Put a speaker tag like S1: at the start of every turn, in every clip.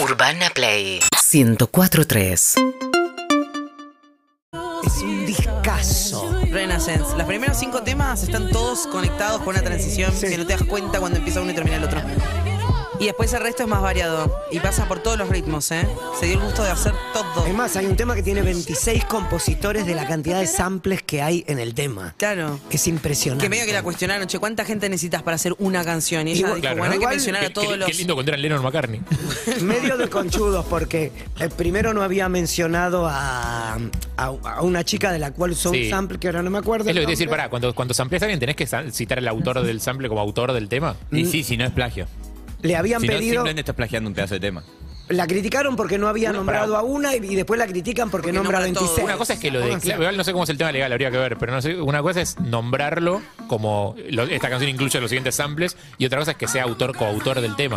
S1: Urbana Play 1043.
S2: Es un discazo.
S3: Renaissance. Los primeros cinco temas están todos conectados con una transición
S2: Sí.
S3: que no te das cuenta cuando empieza uno y termina el otro. Y después el resto es más variado y pasa por todos los ritmos, ¿eh? Se dio el gusto de hacer todo.
S2: Es más, hay un tema que tiene 26 compositores de la cantidad de samples que hay en el tema.
S3: Claro.
S2: Es impresionante.
S3: Que medio que la cuestionaron, che, ¿cuánta gente necesitas para hacer una canción? Y ella
S2: Igual-
S3: dijo,
S4: Claro, eh,
S3: bueno, hay que
S2: ¿no?
S3: mencionar
S4: Qué,
S3: a todos
S4: qué-
S3: los...
S4: qué lindo cuando eran Lennon McCartney.
S2: Medio de conchudos, porque eh, primero no había mencionado a, a- a una chica de la cual usó un
S4: Sí.
S2: sample que ahora no me acuerdo.
S4: Es lo que te
S2: el
S4: decir,
S2: nombre.
S4: pará, cuando, cuando sampleas a alguien tenés que sa- citar al autor del sample como autor del tema.
S2: Mm.
S5: Y sí, si no es plagio.
S2: Le habían
S5: Si no,
S2: pedido.
S5: simplemente estás plagiando un pedazo de tema.
S2: La criticaron porque no había nombrado a una y, y después la critican porque,
S3: Porque
S2: nombra Ah,
S3: nombra a todos.
S2: 26.
S4: Una cosa es que lo de
S2: Pónganse.
S4: claro, igual no sé cómo es el tema legal, habría que ver, pero no sé, una cosa es nombrarlo como lo- esta canción incluye los siguientes samples y otra cosa es que sea autor coautor del tema.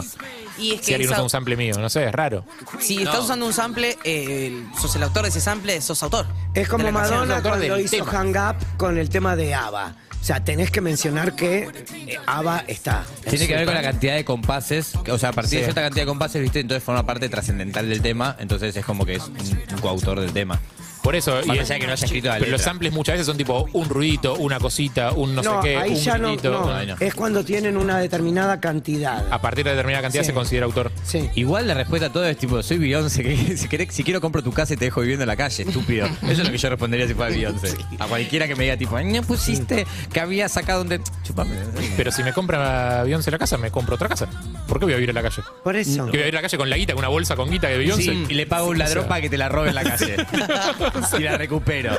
S3: Y es que
S4: Si alguien
S3: esa-
S4: usa un sample mío, no sé, es raro.
S3: si estás usando un sample, eh, sos el autor de ese sample, sos autor.
S2: Es
S3: de
S2: como
S3: la canción.
S2: Madonna
S4: autor
S2: cuando
S4: del
S2: hizo
S4: tema.
S2: Hang Up con el tema de ABBA. O sea, tenés que mencionar que eh, ABBA está.
S5: Tiene que ver con la cantidad de compases. que- O sea, a partir de cierta cantidad de compases, ¿viste? Entonces forma parte trascendental del tema. Entonces es como que es un, un coautor del tema.
S4: Por eso,
S5: Más allá de que no haya escrito la
S4: pero los
S5: letra.
S4: samples muchas veces son tipo un ruidito, una cosita, un no,
S2: No,
S4: sé qué,
S2: ahí
S4: un
S2: ya no,
S4: gritito, Ah,
S2: no. Eh,
S4: un-
S5: Ay, no.
S2: Es cuando tienen una determinada cantidad.
S4: A partir de determinada cantidad
S2: Sí.
S4: se considera autor.
S2: Sí.
S5: Igual la respuesta a todo es tipo, soy Beyoncé. que- si, querés- si quiero compro tu casa y te dejo viviendo en la calle, estúpido. Eso es lo que yo respondería si fuera Beyoncé. A cualquiera que me diga tipo, no pusiste que había sacado un... de-". Chupame.
S4: Pero si me compra Beyoncé la casa, me compro otra casa. ¿Por qué voy a vivir en la calle?
S2: Por eso.
S4: Que voy a vivir en la calle con la guita, con una bolsa con guita de Beyoncé.
S5: Sí, y le pago a un ladrón para que te la robe en la calle. y la recupero.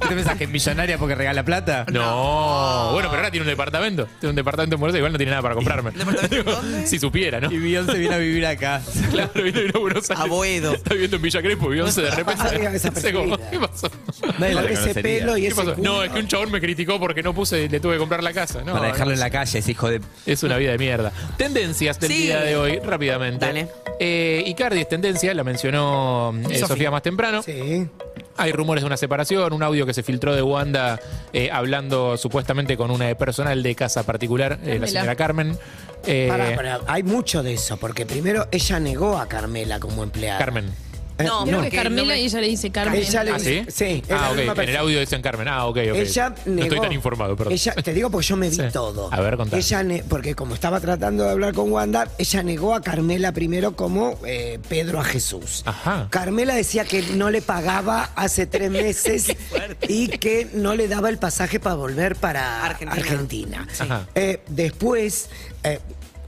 S5: ¿Qué te pensás que es millonaria porque regala plata?
S4: No. Bueno, pero ahora tiene un departamento. Tiene un departamento en Buenos Aires, igual no tiene nada para comprarme. si supiera, ¿no?
S5: Y Beyoncé viene a vivir acá.
S4: Claro, vino, vino a Buenos Aires.
S3: A Boedo.
S4: Está viviendo en Villa Crespo, Beyoncé de
S2: Ah,
S4: repente.
S2: mira, desapercibida.
S4: ¿Qué pasó?
S5: Nadie la
S2: ese
S5: reconocería.
S2: pelo y
S4: ¿Qué
S2: ese
S4: pasó?
S2: culo.
S4: No, es que un chabón me criticó porque no puse, le tuve que comprar la casa. No,
S5: Para dejarlo
S4: no.
S5: en la calle, ese hijo de.
S4: Es una vida de mierda. Tendencias del
S3: Sí.
S4: día de hoy, rápidamente.
S3: Dale.
S4: Eh, Icardi es tendencia, la mencionó eh, Sofía. más temprano.
S2: Sí.
S4: Hay rumores de una separación, un audio que se filtró de Wanda eh, hablando supuestamente con una de personal de casa particular, eh, la señora Carmen. Eh,
S2: Pará, pará. Hay mucho de eso, porque primero ella negó a Carmela como empleada.
S4: Carmen.
S2: Eh,
S3: No,
S6: Creo
S3: no.
S6: que Carmela y ella le dice Carmen.
S2: Ella le
S4: ¿Ah, sí?
S2: dice- sí, es la
S4: ah, ok.
S2: misma
S4: En el
S2: persona.
S4: audio dicen Carmen. Ah, ok, ok.
S2: Ella negó.
S4: no estoy tan informado, perdón.
S2: Ella, te digo porque yo me vi
S4: Sí.
S2: todo.
S4: A ver, contá.
S2: Ella ne- porque como estaba tratando de hablar con Wanda, ella negó a Carmela primero como eh, Pedro a Jesús.
S4: Ajá.
S2: Carmela decía que no le pagaba hace tres meses y que no le daba el pasaje para volver para
S3: Argentina.
S2: Argentina.
S4: Ajá.
S2: Eh, después, eh,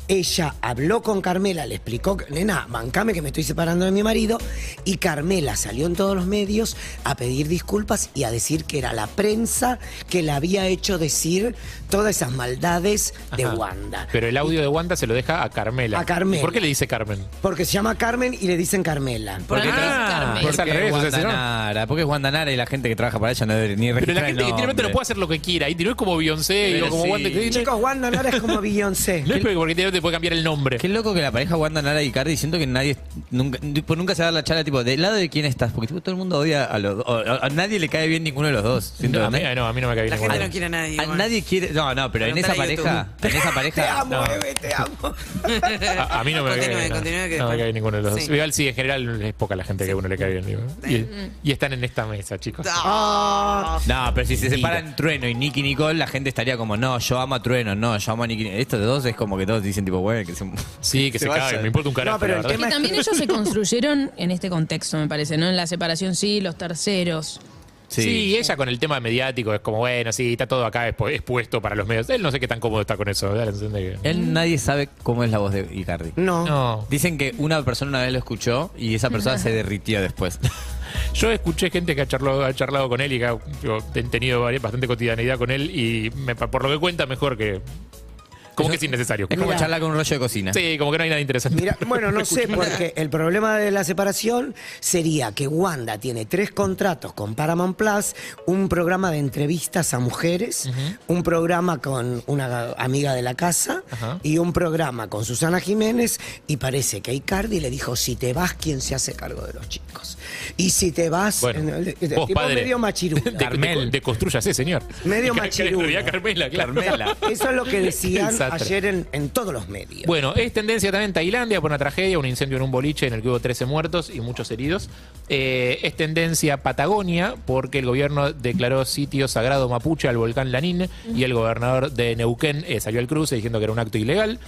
S2: ella habló con Carmela, le explicó, que, nena, bancame que me estoy separando de mi marido, y Carmela salió en todos los medios a pedir disculpas y a decir que era la prensa que la había hecho decir todas esas maldades de
S4: Ajá.
S2: Wanda.
S4: Pero el audio de Wanda se lo deja a Carmela.
S2: A Carmela.
S4: ¿Por qué le dice Carmen?
S2: Porque se llama Carmen y le dicen Carmela.
S6: Porque
S4: Ah,
S6: Carmen.
S4: es al revés. o sea,
S5: Wanda
S4: si no-
S5: Nara, porque es Wanda Nara y la gente que trabaja para ella no debe ni
S4: Pero la gente
S5: registrar
S4: que
S5: el
S4: tiene mente no
S5: nombre.
S4: puede hacer lo que quiera. Y no es como Beyoncé
S5: Pero
S4: o como
S5: sí.
S4: Wanda. que-
S2: Chicos, Wanda Nara es como Beyoncé.
S4: No es porque- porque no te puede cambiar el nombre.
S5: Qué loco que la pareja Wanda Nara y Cardi siento que nadie nunca, tipo, nunca se va a dar la charla tipo del lado de quién estás porque tipo, todo el mundo odia a los dos, o- o- a nadie le cae bien ninguno de los dos siento
S4: No,
S5: que
S4: a mí,
S5: na-
S4: no, a mí no me cae bien.
S3: La gente
S4: ninguno.
S3: no quiere a nadie.
S5: a
S3: bueno.
S5: nadie quiere no no pero en
S3: Preguntale
S5: esa
S3: a
S5: pareja en esa pareja
S2: Te amo, eh.
S5: no.
S2: bebé, te amo.
S4: A, a mí no me
S3: Continúe,
S4: cae bien. no.
S3: continúe, que
S4: no, me
S3: después-
S4: cae bien ninguno de los dos.
S3: Sí.
S4: Igual sí, en general es poca la gente que a uno le cae bien. digo. Y, y están en esta mesa, chicos.
S2: Ah,
S5: No, pero si se separan Trueno y Nicky Nicole, la gente estaría como, no, yo amo a Trueno, no, yo amo a Nicky Nicole. Estos dos es como que todos dicen, tipo, bueno, que se.
S4: Sí, que se,
S5: vayan.
S4: caguen, me importa un carajo.
S2: No, pero
S4: la
S2: el
S4: verdad.
S2: tema-
S6: Y también ellos se construyeron en este contexto, me parece, ¿no? En la separación sí, los terceros.
S4: Sí.
S5: Sí.
S4: ella con el tema mediático es como, bueno, sí, está todo acá expu- expuesto para los medios. Él no sé qué tan cómodo está con eso. ¿verdad? ¿Entiende que-
S5: Él nadie sabe cómo es la voz de Icardi.
S2: no.
S4: No.
S5: Dicen que una persona una vez lo escuchó y esa persona se derritió después.
S4: Yo escuché gente que ha charlado, ha charlado con él y que ha digo, ten- tenido vari- bastante cotidianidad con él y me- pa- por lo que cuenta, mejor que... Como que es innecesario.
S5: Es como
S2: Mirá.
S5: charlar con un rollo de cocina.
S4: Sí, como que no hay nada interesante.
S2: Mira, bueno, no sé, porque el problema de la separación sería que Wanda tiene tres contratos con Paramount Plus, un programa de entrevistas a mujeres, un programa con una amiga de la casa
S4: Ajá.
S2: y un programa con Susana Jiménez y parece que Icardi le dijo, si te vas, ¿quién se hace cargo de los chicos? Y si te vas,
S4: Bueno,
S2: el- el- el
S4: vos,
S2: tipo
S4: padre.
S2: medio machirulo.
S4: De, de,
S5: Carmel.
S4: de- construyase, ¿eh, señor.
S2: Medio
S4: Car-
S2: machirulo.
S4: Carmela, claro.
S5: Carmela.
S2: Eso es lo que decían
S4: desastre.
S2: ayer en, en todos los medios.
S4: Bueno, es tendencia también en Tailandia por una tragedia, un incendio en un boliche en el que hubo 13 muertos y muchos heridos. Eh, es tendencia Patagonia porque el gobierno declaró sitio sagrado mapuche al volcán Lanín y el gobernador de Neuquén eh, salió al cruce diciendo que era un acto ilegal.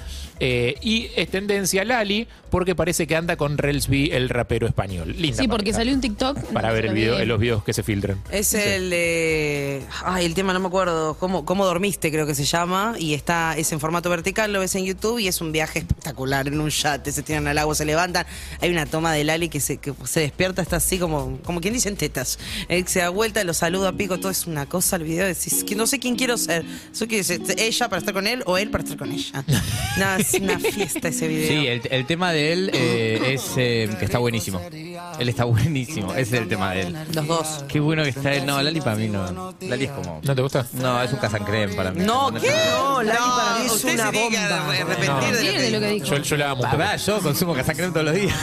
S4: Eh, y es tendencia Lali porque parece que anda con Relsby, el rapero español. Linda.
S6: Sí, porque
S4: pareja.
S6: salió un TikTok.
S4: Para
S6: no,
S4: ver
S6: lo
S4: el
S6: vi.
S4: video, los videos que se filtran.
S3: Es el. eh, ay, el tema no me acuerdo. ¿Cómo, ¿Cómo dormiste? Creo que se llama. Y está es en formato vertical, lo ves en YouTube y es un viaje espectacular. En un yate, se tiran al agua, se levantan. Hay una toma de Lali que se, que se despierta, está así como como quien dice en tetas. Él se da vuelta, lo saluda a pico. Todo es una cosa el video. Decís que no sé quién quiero ser. Eso que es este, ella para estar con él o él para estar con ella. Nada, es una fiesta ese video.
S5: Sí, el, el tema de él eh, es eh, que está buenísimo. Él está buenísimo, ese es el tema de él.
S3: Los dos.
S5: Qué bueno que está él. No, Lali para mí no. Lali es como.
S4: ¿No te gusta?
S5: No, es un casancrem para mí.
S3: No, ¿qué?
S2: No, Lali para mí es
S3: Ah, usted
S2: una
S3: se tiene que
S2: bomba.
S3: arre- arrepentir de lo
S6: Sí,
S3: que
S6: de lo
S3: dijo.
S6: que dijo.
S4: Yo, yo la amo. un poco.
S5: Pará, yo consumo casancrem todos los días.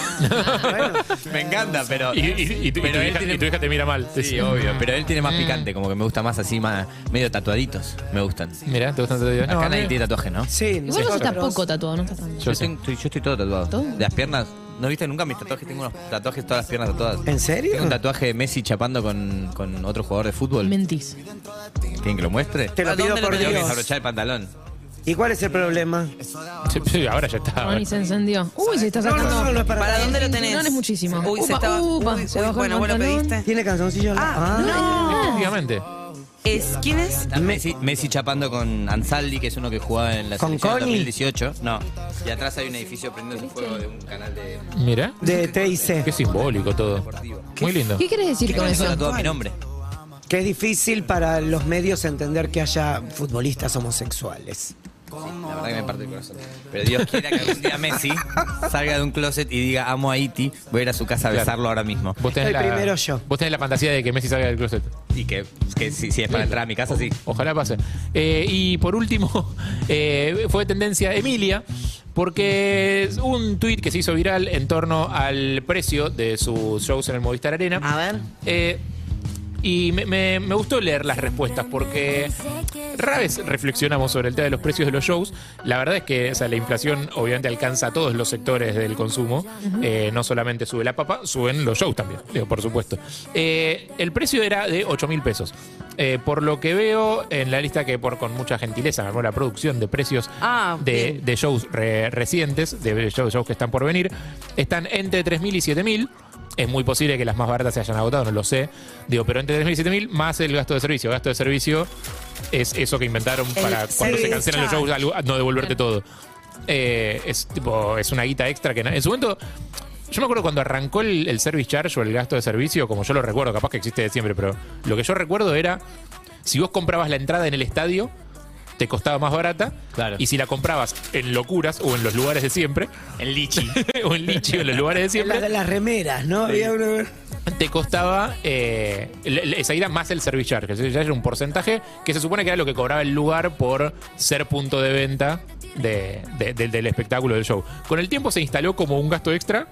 S5: Me encanta, pero.
S4: Y, y- y tu, y tu
S5: pero él
S4: hija,
S5: tiene-
S4: y tu hija te mira mal.
S5: Sí, obvio, pero él tiene más picante, como que me gusta más así, más medio tatuaditos. Me gustan.
S4: Mira, ¿te gustan esos videos? No,
S5: Acá
S4: a mí-
S5: nadie tiene tatuaje, ¿no?
S2: Sí,
S6: Igual vos estás
S2: nosotros-
S6: poco tatuado, no estás tan.
S5: Yo, tengo- estoy, yo estoy todo tatuado.
S6: ¿Todo?
S5: De las piernas. ¿No viste nunca mis tatuajes? Tengo unos tatuajes, todas las piernas tatuadas.
S2: ¿En serio?
S5: Tengo un tatuaje de Messi chapando con, con otro jugador de fútbol.
S6: Mentís.
S5: ¿Quieren que lo muestre?
S2: Te
S3: ¿A
S2: lo pido
S3: dónde lo
S2: por
S5: Tengo que
S2: Dios.
S5: desabrochar el pantalón.
S2: ¿Y cuál es el problema?
S4: Sí, sí, ahora ya está.
S6: Juan y se encendió. Uy, se está
S2: No,
S6: sacando.
S2: no, no, no es para.
S3: ¿Para dónde lo tenés?
S6: No, no es muchísimo.
S3: Uy, se
S6: Upa,
S3: estaba.
S6: upa,
S3: uy,
S6: se
S3: uy,
S6: bajó el
S3: bueno, ¿vos lo
S6: pantalón.
S3: pediste?
S2: ¿Tiene canzoncillo?
S3: Ah,
S4: Efectivamente.
S3: Es, ¿Quién es?
S5: Messi, Messi chapando con Ansaldi, que es uno que jugaba en la
S2: ¿Con
S5: selección del
S2: Connie?
S5: 2018. No. Y atrás hay un edificio prendiendo fuego de un canal de
S4: Mira,
S2: De TIC.
S4: qué simbólico todo. Muy lindo.
S6: ¿Qué querés decir con
S5: Tengo
S6: eso?
S5: tatuado mi nombre.
S2: Que es difícil para los medios entender que haya futbolistas homosexuales.
S5: La verdad que me parte el corazón. Pero Dios quiera que algún día Messi salga de un closet y diga amo a Iti, voy a ir a su casa a
S4: Claro.
S5: besarlo ahora mismo.
S4: Vos tenés,
S2: El
S4: la,
S2: primero yo.
S4: vos tenés la fantasía de que Messi salga del closet.
S5: Y que, que si, si es para entrar a mi casa, sí.
S4: Ojalá pase. Eh, y por último, eh, fue tendencia Emilia, porque es un tuit que se hizo viral en torno al precio de sus shows en el Movistar Arena.
S3: A ver.
S4: Eh, y me, me- me gustó leer las respuestas porque rara vez reflexionamos sobre el tema de los precios de los shows. La verdad es que o sea, la inflación obviamente alcanza a todos los sectores del consumo. Eh, no solamente sube la papa, suben los shows también, digo, por supuesto. Eh, el precio era de 8 mil pesos. Eh, por lo que veo en la lista que por con mucha gentileza me armó la producción de precios
S3: Ah,
S4: de,
S3: bien.
S4: de shows re- recientes, de shows, shows que están por venir, están entre 3.000 y 7.000. Es muy posible que las más baratas se hayan agotado, no lo sé. Digo, pero entre 3.000 y 7.000 más el gasto de servicio. Gasto de servicio es eso que inventaron
S3: El
S4: para cuando se
S3: service
S4: cancelan los shows, algo- no devolverte todo. Eh, es tipo, es una guita extra que na- en su momento. Yo me acuerdo cuando arrancó el, el service charge o el gasto de servicio, como yo lo recuerdo, capaz que existe de siempre, pero lo que yo recuerdo era si vos comprabas la entrada en el estadio, te costaba más barata.
S5: Claro.
S4: Y si la comprabas en locuras o en los lugares de siempre,
S5: El lichi.
S4: o en Lichi o en los lugares de
S2: Las de
S4: siempre,
S2: las remeras, ¿no? Había uno-
S4: te costaba eh, el- el- esa ida más el service charge. El service charge era un porcentaje que se supone que era lo que cobraba el lugar por ser punto de venta de- de- del- del espectáculo del show. Con el tiempo se instaló como un gasto extra.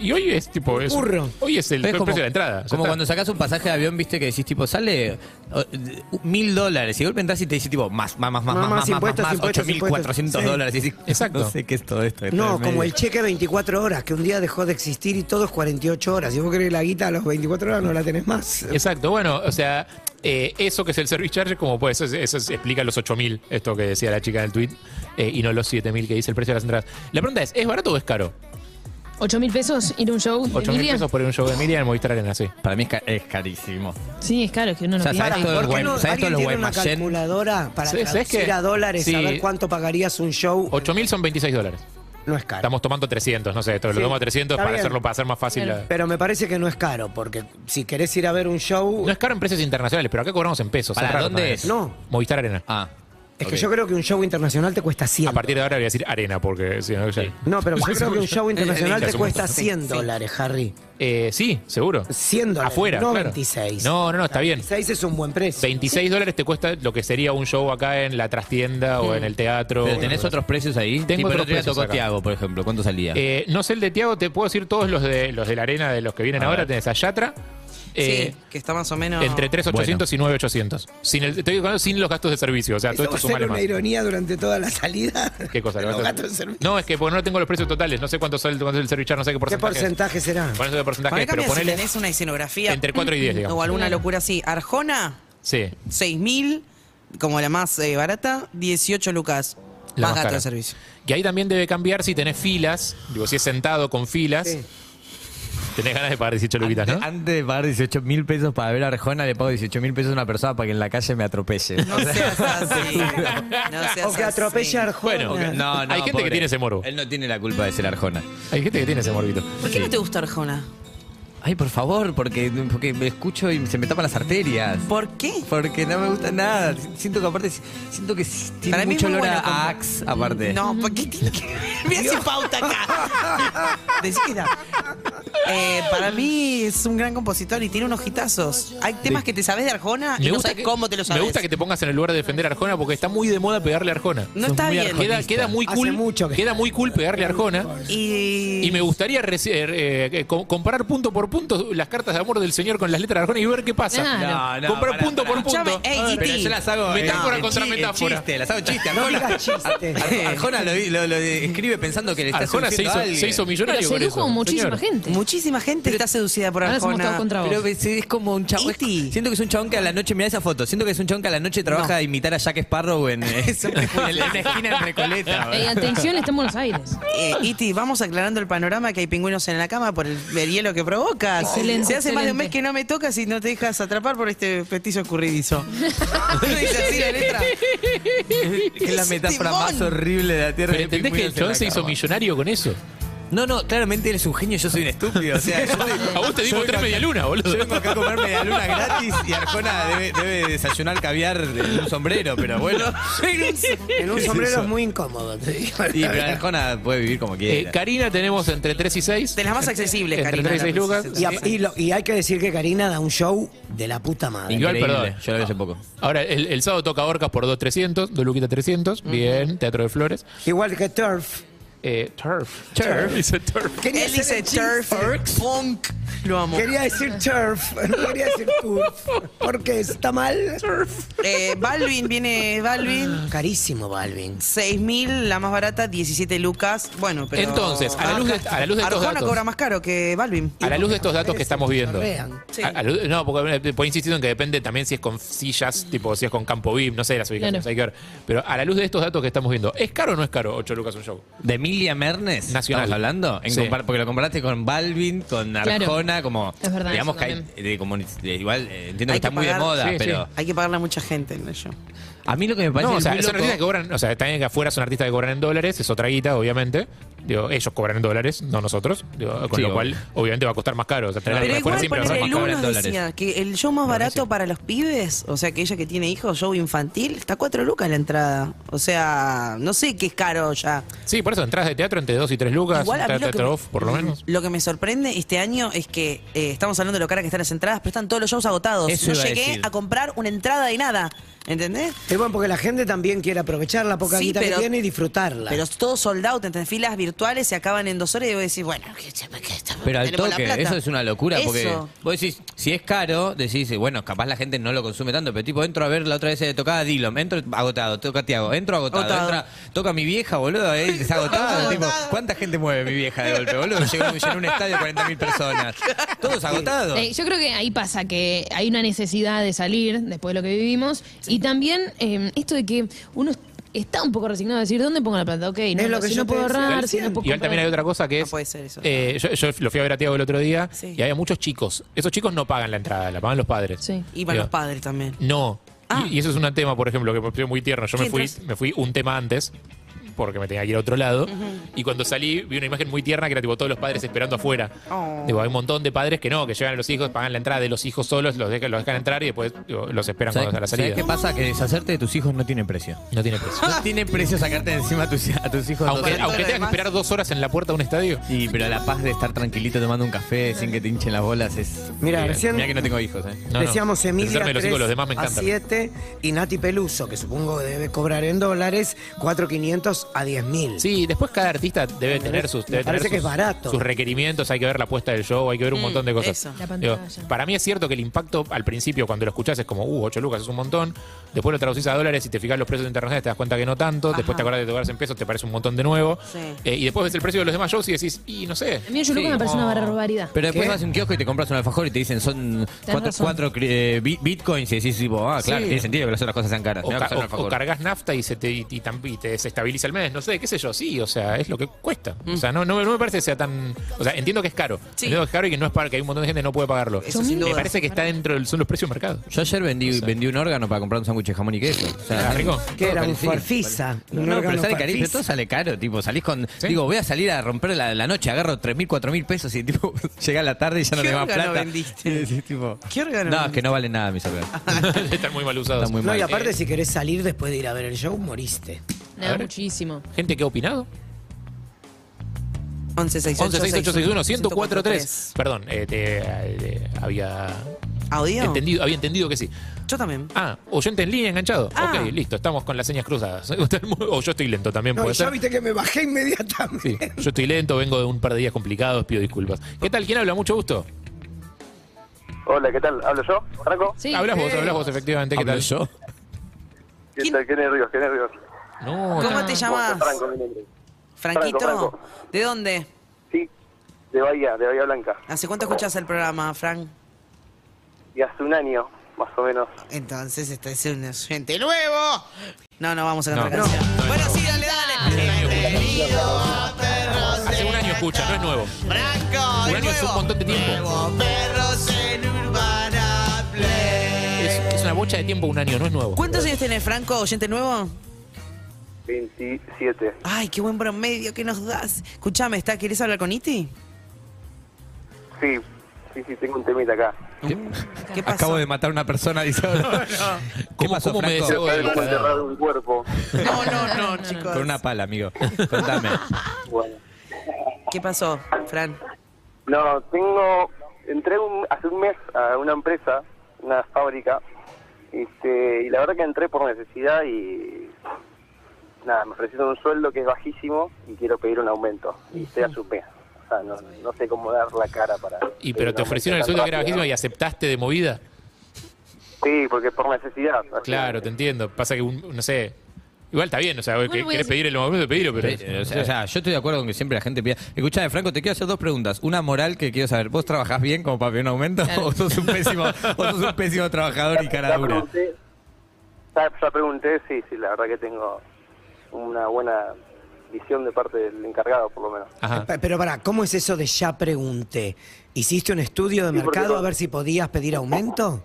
S4: Y hoy es tipo eso.
S2: Burro.
S4: Hoy es el,
S5: Pero es
S4: precio de la entrada. ya
S5: como
S4: está.
S5: cuando sacas un pasaje de avión, viste, que decís, tipo, sale o, de- mil dólares. Y de golpe entras y te dice, tipo, más, más, más, más,
S2: Más,
S5: más,
S2: más,
S5: más, más,
S2: impuestos,
S5: más,
S2: impuestos,
S5: 8.400
S2: impuestos. Sí.
S5: dólares. Y decís,
S4: Exacto.
S5: No sé qué es todo esto. que está en
S2: No, como
S5: medio.
S2: el cheque 24 horas, que un día dejó de existir y todo es 48 horas. Si vos querés la guita a los 24 horas, no la tenés más.
S4: Exacto, bueno, o sea, eh, eso que es el service charge, como pues, eso, eso explica los 8000, esto que decía la chica del tweet, eh, y no los 7000 que dice el precio de las entradas. La pregunta es: ¿es barato o es caro?
S6: 8 mil pesos ir a un show. de
S4: 8000
S6: Emilia?
S4: pesos por un show de Emilia en el Movistar Arena, sí.
S5: Para mí es, ca- es carísimo.
S6: Sí, es caro, es que uno
S5: O
S6: no
S5: sea,
S6: piensa.
S5: ¿sabes todo el
S2: ¿Por qué
S5: web-
S2: no?
S5: ¿sabes todo
S2: ¿Alguien
S5: el
S2: tiene
S5: web
S2: una
S5: machine?
S2: calculadora para
S4: ¿Sabes- sabes
S2: traducir
S4: qué?
S2: a dólares
S4: Sí.
S2: a ver cuánto pagarías un show?
S4: 8000 son 26 dólares.
S2: No es caro.
S4: Estamos tomando 300, no sé, esto lo
S2: Sí,
S4: tomo a 300
S2: está
S4: para
S2: bien.
S4: hacerlo para hacer más fácil. la-
S2: Pero me parece que no es caro, porque si querés ir a ver un show.
S4: No es caro en precios internacionales, pero acá cobramos en pesos.
S5: ¿Para
S4: es raro
S5: dónde
S4: también.
S5: es?
S2: No.
S4: Movistar Arena.
S5: Ah.
S2: Es
S5: ok.
S2: que yo creo que un show internacional te cuesta 100.
S4: A partir de ahora voy a decir Arena, porque si no, ya-
S2: No, pero yo creo que un show internacional
S4: Ya
S2: te
S4: es un
S2: cuesta
S4: montón.
S2: 100
S3: Sí, sí.
S2: dólares, Harry.
S4: Eh, sí, seguro.
S2: 100 dólares.
S4: Afuera.
S2: No
S4: claro.
S2: 26.
S4: No, no, no, está bien.
S2: 26 es un buen precio.
S4: 26 dólares te cuesta lo que sería un show acá en la trastienda o en el teatro.
S5: Pero tenés otros precios ahí.
S4: Tengo
S5: Tipo, el
S4: otros
S5: otro día
S4: precios
S5: tocó
S4: acá.
S5: Tiago, por ejemplo. ¿Cuánto salía?
S4: Eh, no sé el de Tiago, te puedo decir todos los de los de la arena de los que vienen
S5: A
S4: ahora.
S5: ver.
S4: Tenés a Yatra, eh,
S3: sí, que está más o menos.
S4: entre 3,800 y 9,800. Sin, el- estoy hablando sin los gastos de servicio. O sea, todo
S2: Eso va
S4: esto
S2: a ser
S4: sumale
S2: una
S4: más.
S2: ironía durante toda la salida.
S4: ¿Qué cosa?
S2: Los
S4: ¿Los gastos?
S2: gastos de servicio.
S4: No, es que porque no tengo los precios totales. No sé cuánto sale, cuánto es el servichar, no sé qué
S2: ¿Qué
S4: porcentaje.
S2: porcentaje será?
S4: Bueno, eso de
S3: Para
S4: porcentaje,
S3: mí
S4: pero
S3: cambia si
S4: ponele
S3: tenés una escenografía.
S4: entre 4 y 10,
S3: O
S4: digamos.
S3: alguna locura así. Arjona,
S4: Sí.
S3: 6.000, como la más eh, barata, 18 lucas.
S4: La
S3: más
S4: más
S3: gato
S4: cara.
S3: de servicio.
S4: Y ahí también debe cambiar si tenés filas. Digo, si es sentado con filas.
S2: Sí.
S4: Tenés ganas de pagar 18 luquitas,
S5: Antes,
S4: ¿no?
S5: antes de pagar 18 mil pesos para ver a Arjona, le pago 18 mil pesos a una persona para que en la calle me atropelle.
S3: No seas así. No seas
S2: O que
S3: así.
S2: atropella a Arjona.
S4: Bueno,
S5: No, no,
S4: Hay gente que
S5: pobre.
S4: tiene ese morbo.
S5: Él no tiene la culpa de ser Arjona.
S4: Hay gente que tiene ese morbito.
S3: ¿Por qué no te gusta Arjona?
S5: Ay, por favor, porque, porque me escucho y se me tapan las arterias.
S3: ¿Por qué?
S5: Porque no me gusta nada. Siento que aparte, siento que sí, tiene
S3: Para mí es
S5: mucho
S3: muy
S5: olor
S3: bueno
S5: a-
S3: como-
S5: a Axe, aparte.
S3: No, ¿por qué tiene que ver? Me hace pauta acá. Decida. Eh, para mí es un gran compositor y tiene unos hitazos. Hay temas que te sabes de Arjona y no sabes cómo te los sabes.
S4: me gusta que te pongas en el lugar de defender a Arjona porque está muy de moda pegarle a Arjona.
S3: No
S4: Sos
S3: está
S4: muy
S3: bien.
S4: arjonista. Queda, queda muy
S2: Hace
S4: cool.
S2: mucho que-
S4: Queda muy cool pegarle a Arjona.
S3: Y,
S4: Y me gustaría reci- eh, eh, co- comparar punto por punto las cartas de amor del señor con las letras de Arjona y ver qué pasa.
S6: Ah.
S5: No, no,
S4: Comprar
S5: pará,
S4: punto
S5: pará.
S4: por punto. Ah,
S3: Escuchame, ey,
S5: Pero
S3: E.T..
S5: yo las hago.
S4: Metáfora
S5: en
S4: contra
S5: chi- en
S4: metáfora.
S5: Chiste, las hago chiste.
S2: No
S5: Arjona,
S2: digas chiste.
S5: Ar- Arjona lo, lo- lo describe pensando que le está
S4: Arjona se
S5: seduciendo
S4: hizo,
S5: a alguien.
S4: se hizo
S6: Pero
S4: millonario con
S6: sedujo
S4: eso.
S6: a muchísima
S4: señor.
S6: gente.
S3: muchísima gente está seducida por
S6: Ahora somos
S3: Arjona.
S6: todos contra vos.
S5: Pero es, es como un chabón. es-
S3: E.T..
S5: Siento que es un chabón que a la noche, mira esa foto, siento que es un chabón que a la noche trabaja
S3: No.
S5: a imitar a Jack Sparrow en, eh, en la esquina en Recoleta.
S6: Ey, Eh, atención, está en Buenos Aires.
S3: Eh, Iti, vamos aclarando el panorama que hay pingüinos en la cama por el, el hielo que provocas.
S6: Excelente,
S3: Se hace más de un
S6: excelente.
S3: mes que no me tocas y no te dejas atrapar por este petizo escurridizo. ¿No dice así la letra?
S5: es la metáfora
S3: Timón.
S5: más horrible de la tierra.
S4: Pero
S5: de
S4: entendés que
S5: pingüinos
S4: el
S5: en
S4: chabón
S5: la
S4: se hizo
S5: cama.
S4: millonario con eso.
S5: No, no, claramente él es un genio y yo soy un estúpido. O sea, yo soy-
S4: A vos te
S5: yo
S4: dimos
S5: vengo
S4: tres
S5: acá-
S4: medialunas, boludo.
S5: Yo vengo acá a comer medialuna gratis y Arjona debe, debe desayunar caviar en un sombrero, pero bueno.
S2: En un sombrero es muy incómodo. te digo la
S5: Y pero
S2: verdad.
S5: Arjona puede vivir como
S4: Eh,
S5: quiera.
S4: Karina tenemos entre 3 y 6.
S3: De las más accesibles,
S4: Entre
S3: Karina.
S4: 3 y 6
S3: la
S4: lucas.
S2: Y, a- y lo- y hay que decir que Karina da un show de la puta madre.
S4: Igual,
S5: Increíble,
S4: perdón.
S5: Yo lo vi hace poco.
S4: Ahora, el, el sábado toca Orcas por 2.300, 2 Luquita 300. Bien, Teatro de Flores.
S2: Igual que Turf.
S4: Eh, turf. Turf. Dice turf.
S2: Quería
S3: Él
S2: hacer
S3: dice
S2: el chiste.
S3: turf, punk. Lo amo.
S2: Quería decir turf, no quería decir turf. Porque está mal.
S3: Eh, Balvin viene,
S2: Ah.
S3: Balvin.
S2: Carísimo, Balvin.
S3: 6.000, la más barata, 17 lucas. Bueno, pero.
S4: Entonces, a la luz de- a la luz de estos
S3: Arjona
S4: datos. Ah,
S3: cobra más caro que Balvin.
S4: A la luz de estos datos que estamos viendo.
S2: Vean.
S3: Sí.
S4: A- a la luz- no, porque eh, por insistir en que depende también si es con sillas, tipo si es con campo VIP, no sé las ubicaciones,
S6: Claro.
S4: hay que ver. Pero a la luz de estos datos que estamos viendo, ¿es caro o no es caro 8 lucas un show?
S5: ¿De Emilia Mernes?
S4: Nacional.
S5: ¿Estamos hablando? En
S4: Sí.
S5: compar- porque lo comparaste con Balvin, con
S6: Claro.
S5: Arjona, como.
S6: Es verdad,
S5: Digamos
S6: eso
S5: que hay- eh, como- eh, igual eh, entiendo que
S3: Hay
S5: está
S3: que
S5: muy de
S3: pagar-
S5: moda,
S4: Sí,
S5: pero.
S4: sí.
S3: Hay que pagarle a mucha gente en el show.
S5: A mí lo que me parece.
S4: no, o sea,
S5: Pues muy
S4: son
S5: loco-
S4: artistas que cobran, o sea, también que afuera son artistas que cobran en dólares, es otra guita, obviamente. Digo, ellos cobran en dólares, no nosotros. Digo, con
S5: Sí,
S4: lo
S5: obvio.
S4: cual, obviamente va a costar más caro. O sea, tener
S5: Pero
S4: a alguien
S3: Pero
S5: Ahora,
S4: afuera
S3: igual
S4: siempre va
S5: poner
S3: ponele,
S4: a ser
S3: el
S4: más caro.
S3: uno
S5: dólares.
S3: decía que el show más barato
S4: Buenísimo.
S3: para los pibes, o sea, que ella que tiene hijos, show infantil, está 4 lucas la entrada. O sea, no sé qué es caro ya.
S4: Sí, por eso, entras de teatro entre 2 y 3 lucas,
S3: Igual a mí
S4: teatro,
S3: lo que
S4: teatro
S3: me- Ah,
S4: off, por lo menos.
S3: Lo que me sorprende este año es que eh, estamos hablando de lo cara que están las entradas, pero están todos los shows agotados.
S5: Eso
S3: no
S5: iba a
S3: llegué
S5: decir.
S3: a, comprar una entrada de nada, ¿entendés?
S2: Es bueno porque la gente también quiere aprovechar la poca
S3: Sí,
S2: guita
S3: pero-
S2: que tiene y disfrutarla.
S3: Pero es todo sold out, entre filas virtuales se acaban en dos horas y vos decís, bueno, ¿qué, qué estamos-
S5: Pero al
S3: tenemos la
S5: toque,
S3: plata.
S5: eso es una locura, porque
S3: Eso.
S5: vos decís, si es caro, decís, eh, bueno, capaz la gente no lo consume tanto, pero tipo, entro a ver la otra vez eh, tocaba Dillom, entro agotado, toca Tiago, entro agotado,
S3: Agotado.
S5: entra- toca mi vieja, boludo, eh, está agotado, tipo, ¿cuánta gente mueve mi vieja de golpe, boludo? Llegó llenó un estadio de 40.000 personas, todos agotados.
S6: Eh, yo creo que ahí pasa que hay una necesidad de salir después de lo que vivimos y también eh, esto de que uno está un poco resignado a decir dónde pongo la plata, ok, no,
S2: Es lo que
S6: si
S2: yo
S6: no
S2: te
S6: puedo
S2: decía
S6: ahorrar, si
S2: recién.
S6: no puedo
S4: Igual también hay
S6: comprar-
S4: otra cosa que
S3: No
S4: es.
S3: puede ser eso.
S4: eh, yo, yo lo fui a ver a Tiago el otro día
S3: Sí.
S4: y había muchos chicos. Esos chicos no pagan la entrada, la pagan los padres.
S6: Sí.
S3: Iban
S4: Digo,
S3: los padres también.
S4: No.
S3: Ah.
S4: Y, y eso es un tema, por ejemplo, que me pareció muy tierno. Yo me
S3: Sí,
S4: fui,
S3: entras-
S4: me fui un tema antes porque me tenía que ir a otro lado. Y cuando salí, vi una imagen muy tierna que era tipo todos los padres esperando afuera.
S3: Oh.
S4: Digo, hay un montón de padres que no, que llevan a los hijos, pagan la entrada de los hijos solos, los dejan, los dejan entrar y después digo, los esperan
S5: ¿Sabés-
S4: cuando a la
S5: sabés
S4: salida.
S5: qué pasa? Que deshacerte de tus hijos no tiene precio.
S4: No tiene precio.
S5: No tiene precio sacarte de encima a tus, a tus hijos.
S4: aunque
S5: dos-
S3: todo
S4: aunque
S3: lo
S4: tengas que
S3: demás.
S4: esperar dos horas en la puerta de un estadio.
S5: Y pero la paz de estar tranquilito tomando un café sin que te hinchen las bolas es...
S2: Mira, recién-
S5: Mira que no tengo hijos, eh.
S4: No, no.
S2: Decíamos Emilia
S4: Pensarme los hijos
S2: 3
S4: de los demás me
S2: a
S4: encanta.
S2: 7 y Nati Peluso, que supongo que debe cobrar en dólares, 4.500 a 10 mil.
S4: Sí, después cada artista debe tener sus,
S2: me
S4: debe tener
S2: parece que es
S4: sus-
S2: barato.
S4: sus requerimientos, hay que ver la puesta del show, hay que ver un montón de cosas.
S3: Mm, eso.
S6: La pantalla.
S4: para mí es cierto que el impacto al principio, cuando lo escuchás, es como, uh, 8 lucas es un montón. Después lo traducís a dólares y te fijas los precios internacionales, te das cuenta que no tanto. Después te acordás de tocarse en pesos, te parece un montón de nuevo.
S3: Sí.
S4: Eh, y después ves el precio de los demás shows y decís, y no sé.
S6: A mí
S4: Sí,
S6: ocho lucas me parece
S4: como-
S6: una barbaridad.
S5: Pero después
S2: ¿Qué?
S5: vas a un kiosco y te compras un alfajor y te dicen son cuatro,
S6: razón.
S5: cuatro, eh, bi- bitcoins y decís, tipo, ah, claro,
S4: Sí.
S5: tiene sentido que las otras cosas sean caras.
S4: O,
S5: Me va a
S4: ca-
S5: costar un
S4: o- o
S5: alfajor.
S4: cargas nafta y, se te, y- y tam- y te desestabiliza el mes, no sé, qué sé yo, sí, o sea, es lo que cuesta. O sea, no, no, me- no me parece que sea tan. O sea, entiendo que es caro.
S3: Mm. Sí.
S4: Entiendo que es caro y que no es para que hay un montón de gente que no puede pagarlo.
S3: Eso sin
S4: me
S3: duda.
S4: parece que está dentro del, son los precios de mercado.
S5: Yo ayer vendí, vendí un órgano para comprar un sándwich de jamón y queso. O sea,
S4: Ah, rico.
S2: Que era un
S5: parecido.
S2: farfisa.
S5: No,
S2: un
S5: no, pero
S2: órgano
S5: sale carísimo.
S2: farfisa.
S5: Pero todo sale caro, tipo, salís con...
S4: Sí.
S5: Digo, voy a salir a romper la, la noche, agarro 3.000, 4.000 pesos y tipo, llega la tarde y ya no
S3: ¿Qué
S5: le va
S3: órgano
S5: plata.
S3: vendiste?
S5: Y decís, tipo,
S3: ¿Qué órgano
S5: No, es que
S3: vendiste?
S5: no vale nada mis órganos.
S4: Están muy mal usados.
S5: Están muy
S2: No, y
S5: mal.
S2: aparte,
S4: Eh,
S2: si querés salir después de ir a ver el show, moriste.
S4: A
S6: Nada,
S4: ver.
S6: muchísimo.
S4: ¿Gente que ha opinado?
S3: 11
S4: 116861 1043. Perdón, eh, te- eh, había
S3: ¿Audio?
S4: entendido, había entendido que sí.
S3: Yo también.
S4: Ah, oyente en línea enganchado.
S3: Ah.
S4: Ok, listo, estamos con las señas cruzadas. o yo estoy lento también,
S2: No, y
S4: puede
S2: ya
S4: ser.
S2: viste que me bajé inmediatamente.
S4: Sí, yo estoy lento, vengo de un par de días complicados, pido disculpas. ¿Qué tal? ¿Quién habla? Mucho gusto.
S7: Hola, ¿qué tal? ¿Hablo yo? ¿Franco?
S6: Sí.
S4: Hablas vos, hablas vos, efectivamente. ¿Qué tal?
S5: yo?
S7: ¿Qué
S3: ¿Quién-
S7: tal? ¿Qué nervios? ¿Qué nervios?
S4: No,
S3: ¿Cómo
S4: no.
S3: te llamas?
S7: Franco, mi nombre.
S3: Franquito.
S7: Franco, Franco.
S3: ¿De dónde?
S7: Sí, de Bahía, de Bahía Blanca.
S3: ¿Hace cuánto escuchás el programa, Frank?
S7: Y hace un año, más o menos.
S3: Entonces este es un oyente nuevo. No, no vamos a cantar
S4: No.
S3: canción. bueno, sí, dale, dale. Bienvenido, perros.
S4: Hace un año escucha, no es nuevo.
S3: Franco,
S4: Un
S3: de
S4: año es un
S3: nuevo.
S4: montón de tiempo.
S3: Nuevo, perros en Urbana Play.
S4: Es, es una bocha de tiempo un año, no es nuevo.
S3: ¿Cuántos años tenés, Franco? ¿Oyente nuevo?
S7: 27.
S3: Ay, qué buen promedio que nos das. Escuchame, está, ¿querés hablar con Iti?
S7: Sí, sí, sí, tengo un temita acá.
S3: ¿Qué pasó?
S5: Acabo de matar a una persona, dice. ¿Qué
S4: ¿Cómo-
S5: pasó,
S4: cómo me
S5: Franco?
S4: desahogo?
S7: ¿Sabes cómo enterrar un cuerpo?
S3: No, no, no, chicos.
S5: Con una pala, amigo. Contame.
S7: Bueno.
S3: ¿Qué pasó, Fran?
S7: No, tengo... Entré un- hace un mes a una empresa, una fábrica, este, y la verdad que entré por necesidad y... Nada, me ofrecieron un sueldo que es bajísimo y quiero pedir un aumento. Y estoy a su mes. O sea, no, no sé cómo dar la cara para...
S4: Y pero te ofrecieron el sueldo que era bajísimo y aceptaste de movida.
S7: Sí, porque por necesidad. así.
S4: Claro, te entiendo. Pasa que, un- no sé. Igual está bien, o sea, que,
S6: voy a
S4: querés
S6: decir-
S4: pedir el momento, pedilo, pero.
S5: Eh, O sea, o sea, yo estoy de acuerdo con que siempre la gente pida. Escuchame, Franco, te quiero hacer dos preguntas. Una moral que quiero saber. ¿Vos trabajás bien como para pedir un aumento? ¿O sos un pésimo, o sos un pésimo trabajador y cara
S7: Ya
S5: dura?
S7: pregunté, ya, ya pregunté, sí, sí, la verdad que tengo una buena visión de parte del encargado, por lo menos.
S4: Ajá.
S2: Pe- Pero pará, ¿cómo es eso de ya pregunté? ¿Hiciste un estudio de
S7: Sí, porque
S2: mercado
S7: no-
S2: a ver si podías pedir aumento?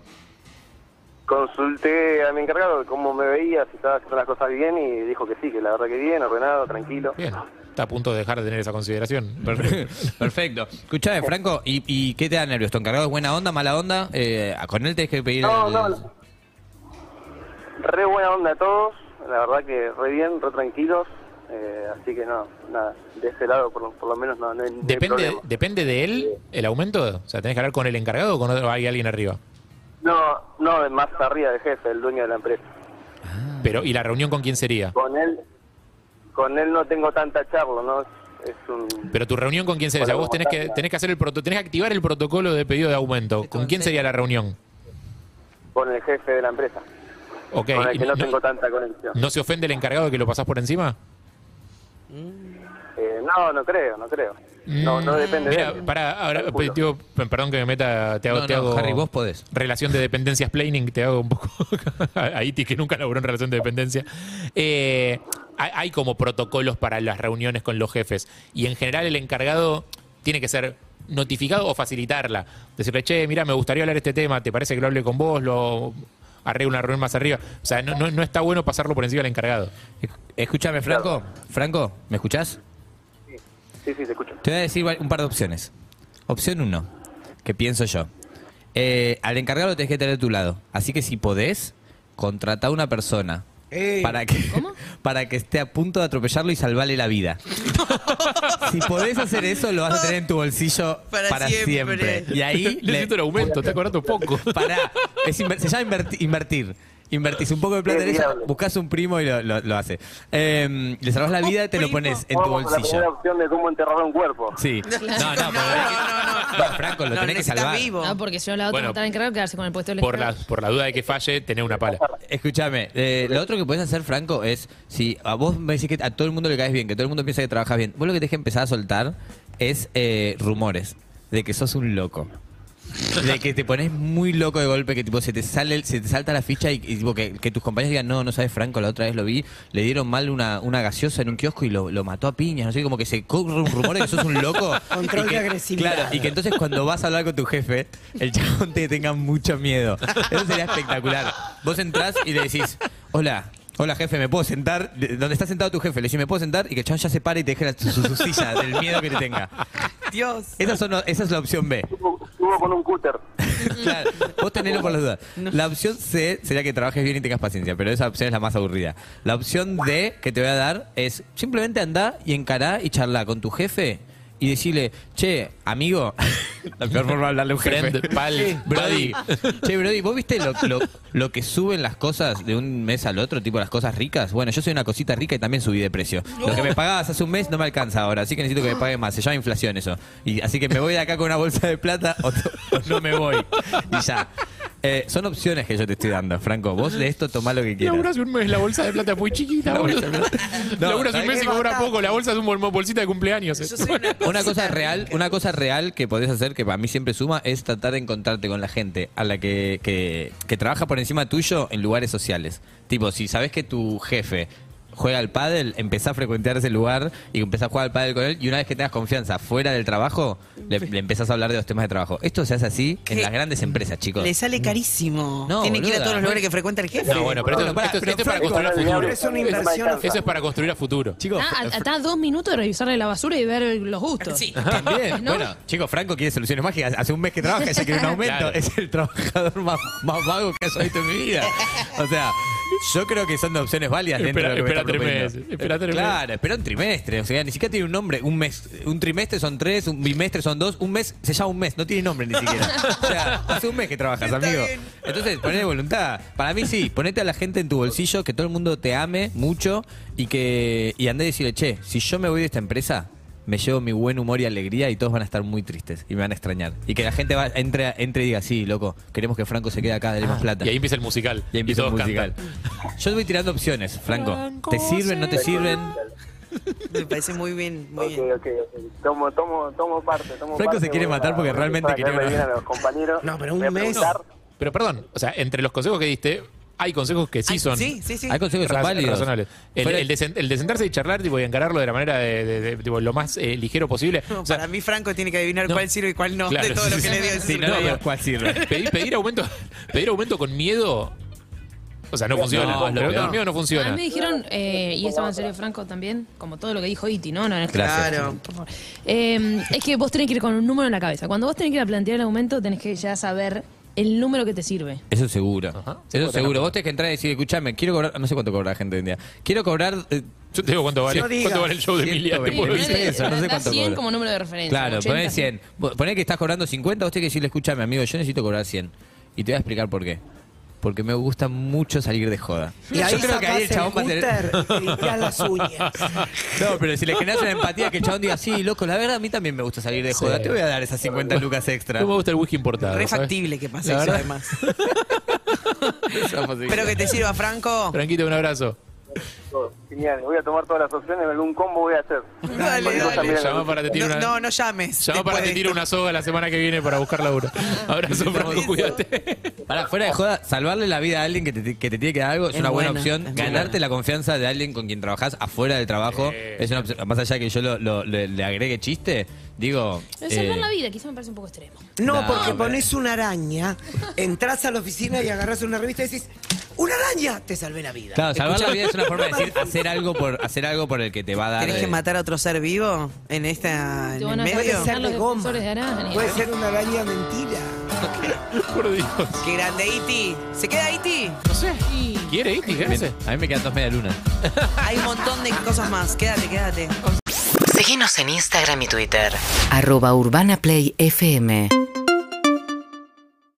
S7: Consulté a mi encargado de cómo me veía, si estaba haciendo las cosas bien, y dijo que sí, que la verdad que bien, ordenado, tranquilo.
S4: Bien. Está a punto de dejar de tener esa consideración.
S5: Perfecto. Escuchame, Franco, ¿y, y qué te da nervios? ¿Tu encargado es buena onda, mala onda? Eh, con él tenés que pedir.
S7: No,
S5: el-
S7: no, no. Re buena onda a todos, la verdad que re bien, re tranquilos, eh, así que no, nada, de ese lado por, lo- por lo menos no, no hay, no hay
S4: Depende,
S7: problema.
S4: depende de él el aumento. O sea, tenés que hablar con el encargado o con otro, hay alguien arriba.
S7: No, no, de más arriba del jefe, el dueño de la empresa.
S4: Pero, ¿y la reunión con quién sería?
S7: Con él, con él no tengo tanta charla, ¿no? Es un...
S4: Pero tu reunión con quién sería? O sea, vos tenés que, tenés que hacer el proto- tenés que activar el protocolo de pedido de aumento. ¿Con quién sería la reunión?
S7: Con el jefe de la empresa.
S4: Ok.
S7: Con el
S4: ¿y
S7: que no,
S4: no-
S7: tengo tanta conexión.
S4: ¿No se ofende el encargado que lo pasás por encima?
S7: Eh, no, no creo, no creo. No, no
S4: Mm,
S7: depende
S4: Mira,
S7: de él.
S4: para, ahora, pues,
S7: Calculo.
S4: digo, perdón que me meta, te hago,
S5: No,
S4: te
S5: no,
S4: hago-
S5: Harry, vos podés.
S4: Relación de dependencias planning, te hago un poco a Iti, que nunca laburó en relación de dependencia. Eh, hay, hay como protocolos para las reuniones con los jefes y en general el encargado tiene que ser notificado o facilitarla. Decirle, che, mira, me gustaría hablar este tema, ¿te parece que lo hable con vos? Lo arreglo una reunión más arriba. O sea, no, no- no está bueno pasarlo por encima del encargado.
S5: Escúchame, Franco. Franco, ¿me escuchás?
S7: Sí, sí, te escucho.
S5: Te voy a decir un par de opciones. Opción uno, que pienso yo. Eh, al encargado lo tenés que tener a tu lado. Así que si podés, contratá a una persona.
S2: Ey.
S5: Para que, para que esté a punto de atropellarlo y salvarle la vida. si podés hacer eso, lo vas a tener en tu bolsillo
S3: Para
S5: para,
S3: siempre.
S5: siempre. Y ahí
S4: Necesito el aumento, te acordás un poco.
S5: Pará, es inver- se llama inverti- invertir. Invertís un poco de plata en
S7: Es
S5: eso,
S7: viable.
S5: buscás un primo y lo, lo- lo hace. Eh, le salvás la vida y te lo pones en tu
S7: Vamos con la primera
S5: bolsillo.
S7: opción de cómo enterrar a un cuerpo.
S5: Sí. No, no, pero- No, Franco, lo
S3: No,
S5: tenés que
S3: necesitas
S5: salvar.
S3: vivo.
S6: No, porque si no la otra
S4: Bueno,
S6: va a estar encargada de quedarse con el puesto del
S4: Por la,
S6: encargado.
S4: por la duda de que falle, tener una pala.
S5: Escúchame, eh, lo otro que puedes hacer, Franco, es si a vos me decís que a todo el mundo le caes bien, que todo el mundo piensa que trabajas bien, vos lo que tenés que empezar a soltar es eh, rumores de que sos un loco. De que te pones muy loco de golpe, que tipo se te sale, el- se te salta la ficha y, y, tipo, que, que tus compañeros digan, no, no sabes Franco, la otra vez lo vi, le dieron mal una, una gaseosa en un kiosco y lo, lo mató a piñas, no sé, como que se corre un rumor de que sos un loco.
S2: Control
S5: Y que-
S2: de agresividad.
S5: Claro, y que entonces cuando vas a hablar con tu jefe, el chabón te tenga mucho miedo. Eso sería espectacular. Vos entrás y le decís, hola. Hola jefe, ¿me puedo sentar? De- Donde está sentado tu jefe, le decís, ¿me puedo sentar? Y que el chabón ya se pare y te deje la- su, su silla del miedo que te tenga.
S3: Dios.
S5: Esa, son- esa es la opción B.
S7: Subo con un cúter.
S5: Claro, vos tenelo por las dudas. La opción C sería que trabajes bien y tengas paciencia, pero esa opción es la más aburrida. La opción D que te voy a dar es simplemente andar y encarar y charlar con tu jefe y decirle, che, amigo, la peor forma de hablarle a un jefe.
S4: Friend, pal,
S5: Brody, che, Brody, ¿vos viste lo, lo- lo que suben las cosas de un mes al otro, tipo las cosas ricas? Bueno, yo soy una cosita rica y también subí de precio. Lo que me pagabas hace un mes no me alcanza ahora, así que necesito que me pague más. Se llama inflación eso. Y, así que me voy de acá con una bolsa de plata o, to- o no me voy. Y ya. Eh, son opciones que yo te estoy dando, Franco. Vos de esto tomá lo que quieras.
S4: Laburás un mes, la bolsa de plata es muy chiquita,
S5: La
S4: boludo.
S5: bolsa de plata. No,
S4: Laburás un
S5: ¿sabés
S4: mes
S5: qué?
S4: y cobra poco, la bolsa es un bol- bolsita de cumpleaños. eh.
S3: Yo soy una
S5: Una cosa real, una cosa real que podés hacer que para mí siempre suma es tratar de encontrarte con la gente a la que, que, que trabaja por encima tuyo en lugares sociales. Tipo, si sabes que tu jefe juega al pádel, empezá a frecuentar ese lugar y empezá a jugar al pádel con él y una vez que tengas confianza fuera del trabajo, le, le empezás a hablar de los temas de trabajo. Esto se hace así en
S3: ¿Qué?
S5: las grandes empresas, chicos.
S3: Le sale carísimo.
S5: No,
S3: Tienen que ir a
S5: boluda.
S3: todos los lugares que frecuenta el jefe.
S4: Mm. No, bueno, pero esto,
S5: Bueno, pará,
S4: esto-
S5: pero
S4: esto es para
S5: Franco,
S4: construir a futuro.
S2: es una inversión
S7: Eso-
S4: Eso es para construir a futuro.
S5: Chicos,
S6: Está a-
S5: Fra-
S6: está a dos minutos de revisarle la basura y ver los gustos.
S3: Sí.
S5: También.
S6: ¿No?
S5: Bueno, chicos, Franco quiere soluciones mágicas. Hace un mes que trabaja, ya quiere un aumento.
S4: Claro.
S5: Es el trabajador más, más vago que has visto en mi vida. O sea, yo creo que son de opciones válidas dentro
S4: Espera-
S5: de lo que me
S4: espera
S5: está
S4: tres
S5: proponiendo.
S4: meses, espera tres
S5: Claro, espera un trimestre. O sea, ni siquiera tiene un nombre. Un mes, un trimestre son tres, un bimestre son dos, un mes se llama un mes, no tiene nombre ni siquiera. O sea, hace un mes que trabajas,
S3: Está
S5: amigo.
S3: bien.
S5: Entonces, poné voluntad. Para mí sí, ponete a la gente en tu bolsillo, que todo el mundo te ame mucho y que y andé a decirle, che, si yo me voy de esta empresa, me llevo mi buen humor y alegría y todos van a estar muy tristes y me van a extrañar. Y que la gente va, entre, entre y diga, sí, loco, queremos que Franco se quede acá, dale más plata.
S4: Ah, Y ahí empieza el musical.
S5: Y ahí empieza
S4: y
S5: el
S4: todos
S5: musical.
S4: cantan.
S5: Yo te voy tirando opciones, Franco.
S4: Franco
S5: ¿Te sirven, no te sirven?
S3: Me parece muy bien, muy
S7: Ok,
S3: bien.
S7: ok, ok. Tomo, tomo, tomo parte. Tomo
S5: Franco
S7: parte
S5: se quiere
S7: voy
S5: matar
S7: a-
S5: porque realmente
S7: para
S5: quería
S7: caerle
S5: una-
S7: bien a los compañeros.
S2: No, pero un
S7: Voy a
S2: mes.
S7: preguntar,
S4: Pero perdón, o sea, entre los consejos que diste, hay consejos que sí
S3: Ay,
S4: son.
S3: Sí, sí, sí.
S5: Hay consejos que son
S4: raz-
S5: válidos.
S4: razonables. El,
S5: Fuera-
S4: el de, sen- el de sentarse y charlar tipo, y encararlo de la manera de, de- de- tipo, lo más eh, ligero posible.
S3: No,
S4: O sea,
S3: para mí Franco tiene que adivinar
S4: no.
S3: cuál sirve y cuál no de
S4: Claro,
S3: todo
S4: sí,
S3: lo que
S4: sí,
S3: le dio.
S4: sí.
S3: Eso
S4: Sí,
S3: es
S4: no,
S3: una idea.
S4: pero-
S5: ¿Cuál sirve?
S4: pedir, pedir aumento, pedir aumento con miedo, o sea, no funciona.
S5: No, es lo
S4: Pero
S5: peor.
S4: con miedo no
S6: A
S4: funciona.
S6: mí me dijeron, eh, y esto va en serio Franco también, como todo lo que dijo Iti, ¿no? no, no es
S5: Gracias.
S3: Claro.
S6: por favor. Eh, es que vos tenés que ir con un número en la cabeza. Cuando vos tenés que ir a plantear el aumento, tenés que ya saber el número que te sirve.
S5: Eso seguro.
S4: Ajá.
S5: Eso seguro. Vos tenés que entrar y decir, escuchame, quiero cobrar, no sé cuánto cobra la gente hoy en día. Quiero cobrar eh,
S4: Yo te digo cuánto vale,
S2: No digas.
S4: cuánto vale el show de Emilia. Te puedo
S5: 120
S4: decir.
S5: pesos, no sé
S6: Da
S5: cuánto
S6: 100
S5: cobra.
S6: como número de referencia.
S5: Claro,
S6: 80,
S5: poné 100. Bo- Poné que estás cobrando 50, vos tenés que decirle, escúchame, amigo, yo necesito cobrar 100. Y te voy a explicar por qué. Porque me gusta mucho salir de joda.
S2: Y ahí
S5: yo creo que ahí el chabón va a tener...
S2: cúter y limpias las uñas.
S5: No, pero si le generas una empatía que el chabón diga, sí, loco, la verdad a mí también me gusta salir de joda. Te voy a dar esas 50 lucas extra.
S4: No me gusta el whisky importado.
S3: Re
S4: ¿sabes?
S3: factible que pase
S4: La
S3: eso,
S4: verdad.
S3: además.
S5: Esa posibilidad.
S3: Espero que te sirva, Franco.
S4: Franquito, un abrazo.
S7: oh, Genial, voy a tomar todas las opciones, algún combo voy a hacer.
S3: Dale,
S7: Vos también.
S3: dale.
S4: Llama para te tiro
S3: No,
S4: una.
S3: no, no llames.
S4: Llama para
S3: después
S4: te
S3: de
S4: tiro
S3: esto.
S4: una soga la semana que viene para buscar laburo. Abrazo, Franco, cuídate.
S5: Para fuera de joda, salvarle la vida a alguien que te, que te tiene que dar algo es,
S3: Oh. Es
S5: una buena,
S3: buena,
S5: opción.
S3: es muy
S5: Ganarte
S3: buena.
S5: la confianza de alguien con quien trabajás afuera del trabajo es una opción. Más allá de que yo lo- lo- le, le agregue chiste, digo.
S6: Pero salvar
S5: eh,
S6: la vida quizá me parece un poco extremo.
S2: No,
S5: No,
S2: porque
S5: pero-
S2: pones una araña, entras a la oficina y agarras una revista y decís, ¡una araña! Te salvé la vida.
S5: Claro, salvar la vida es una forma de decir hacer algo por hacer algo por el que te va a dar.
S3: ¿Tenés
S5: eh,
S3: que matar a otro ser vivo en esta en
S6: Te
S3: el
S6: van a-
S2: Puede
S3: medio?
S2: ser
S6: Los
S2: de goma.
S6: defensores de araña.
S2: Puede ser una araña mentira.
S4: Por Dios.
S3: Qué grande, Iti. ¿Se queda Iti?
S4: No sé. ¿Quiere este, ir? ¿Qué hace?
S5: A mí me quedan dos media luna.
S3: Hay un montón de cosas más. Quédate, quédate.
S1: Síguenos en Instagram y Twitter. Arroba Urbana Play FM